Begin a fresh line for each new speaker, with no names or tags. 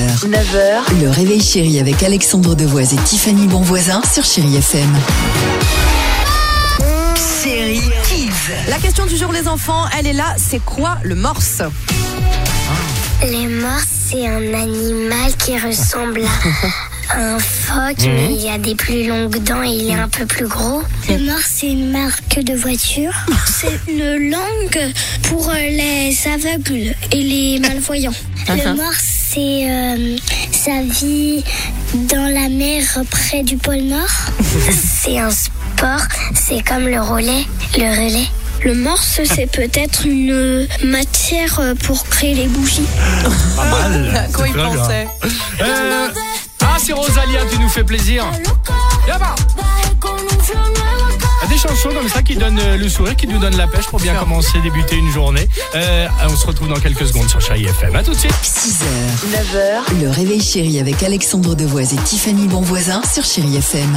9h. 9h. Le réveil chéri avec Alexandre Devoise et Tiffany Bonvoisin sur Chéri FM.
Série Kids.
La question du jour, les enfants, elle est là. C'est quoi le morse
Les morses, c'est un animal qui ressemble à un phoque, mais il a des plus longues dents et il est un peu plus gros. Le morse, c'est une marque de voiture. C'est une langue pour euh, les aveugles et les malvoyants. Le morse, c'est euh, sa vie dans la mer près du pôle Nord. C'est un sport, c'est comme le relais, le relais. Le morse, c'est peut-être une euh, matière pour créer les bougies.
Pas mal.
Quand
C'est
il
très bien.
pensait.
Euh, Ah, c'est Rosalia, tu nous fais plaisir. Là-bas. Des chansons comme ça qui donnent euh, le sourire, qui nous donnent la pêche pour bien commencer, débuter une journée. Euh, on se retrouve dans quelques secondes sur Chai FM. À tout de suite.
6h. 9h. Le réveil chéri avec Alexandre Devoise et Tiffany Bonvoisin sur Chéri FM.